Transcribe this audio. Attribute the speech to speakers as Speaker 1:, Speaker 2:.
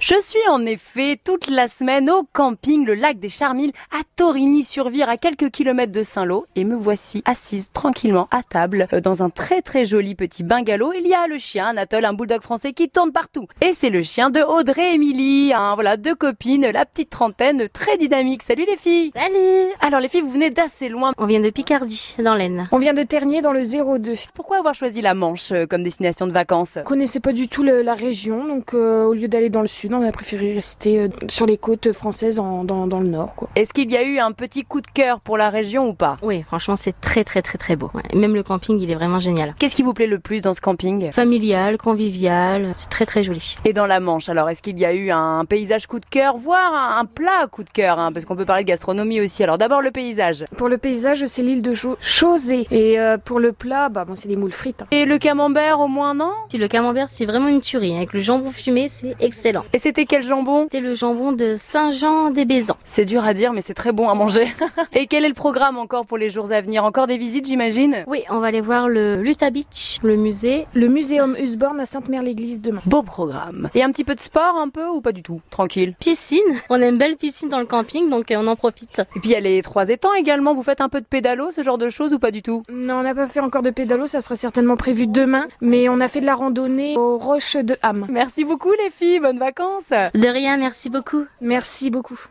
Speaker 1: Je suis en effet toute la semaine au camping Le Lac des Charmilles à Torigny-sur-Vire, à quelques kilomètres de Saint-Lô, et me voici assise tranquillement à table euh, dans un très très joli petit bungalow. Il y a le chien Anatole, un bulldog français qui tourne partout. Et c'est le chien de Audrey et Émilie, hein, voilà deux copines, la petite trentaine, très dynamique. Salut les filles
Speaker 2: Salut
Speaker 1: Alors les filles, vous venez d'assez loin.
Speaker 2: On vient de Picardie, dans l'Aisne.
Speaker 3: On vient de Ternier dans le 02.
Speaker 1: Pourquoi avoir choisi la Manche euh, comme destination de vacances
Speaker 3: On connaissait pas du tout le- la région, donc euh, au lieu d'aller dans le sud, on a préféré rester euh, sur les côtes françaises en- dans, dans le nord. Quoi.
Speaker 1: Est-ce qu'il y a eu un petit coup de cœur pour la région ou pas
Speaker 2: Oui, franchement, c'est très très très très beau. Ouais, Même le camping, il est vraiment génial.
Speaker 1: Qu'est-ce qui vous plaît le plus dans ce camping
Speaker 2: Familial, convivial, c'est très très joli.
Speaker 1: Et dans la Manche, alors est-ce qu'il y a eu un paysage coup de cœur, voire un, un plat coup de cœur, hein, parce qu'on peut parler de gastronomie aussi. Alors d'abord le paysage.
Speaker 3: Pour le paysage, c'est l'île de Cho- Chausée. Et euh, pour le plat, bah, bon, c'est des moules frites. hein.
Speaker 1: Et le camembert au moins, non
Speaker 2: Si le camembert, c'est vraiment une tuerie. Avec le jambon fumé, c'est excellent.
Speaker 1: Et c'était quel jambon
Speaker 2: C'était le jambon de Saint-Jean-des-Baisans.
Speaker 1: C'est dur à dire, mais c'est très bon à manger. Et quel est le programme encore pour les jours à venir Encore des visites, j'imagine
Speaker 2: Oui, on va aller voir le Luta Beach, le musée.
Speaker 3: Le muséum Usborne à Sainte-Mère-l'Église demain.
Speaker 1: Beau programme. Et un petit peu de sport un peu ou pas du tout Tranquille.
Speaker 2: Piscine, on a une belle piscine dans le camping, donc euh, on en profite.
Speaker 1: Et puis il y a les trois étangs également. Vous faites un peu de pédalo, ce genre de choses ou pas du tout
Speaker 3: Non, on n'a pas fait encore de pédalo, ça sera certainement prévu demain, mais on a fait de la randonnée aux roches de Ham.
Speaker 1: Merci beaucoup les filles, bonnes vacances
Speaker 2: De rien, merci beaucoup.
Speaker 3: Merci beaucoup.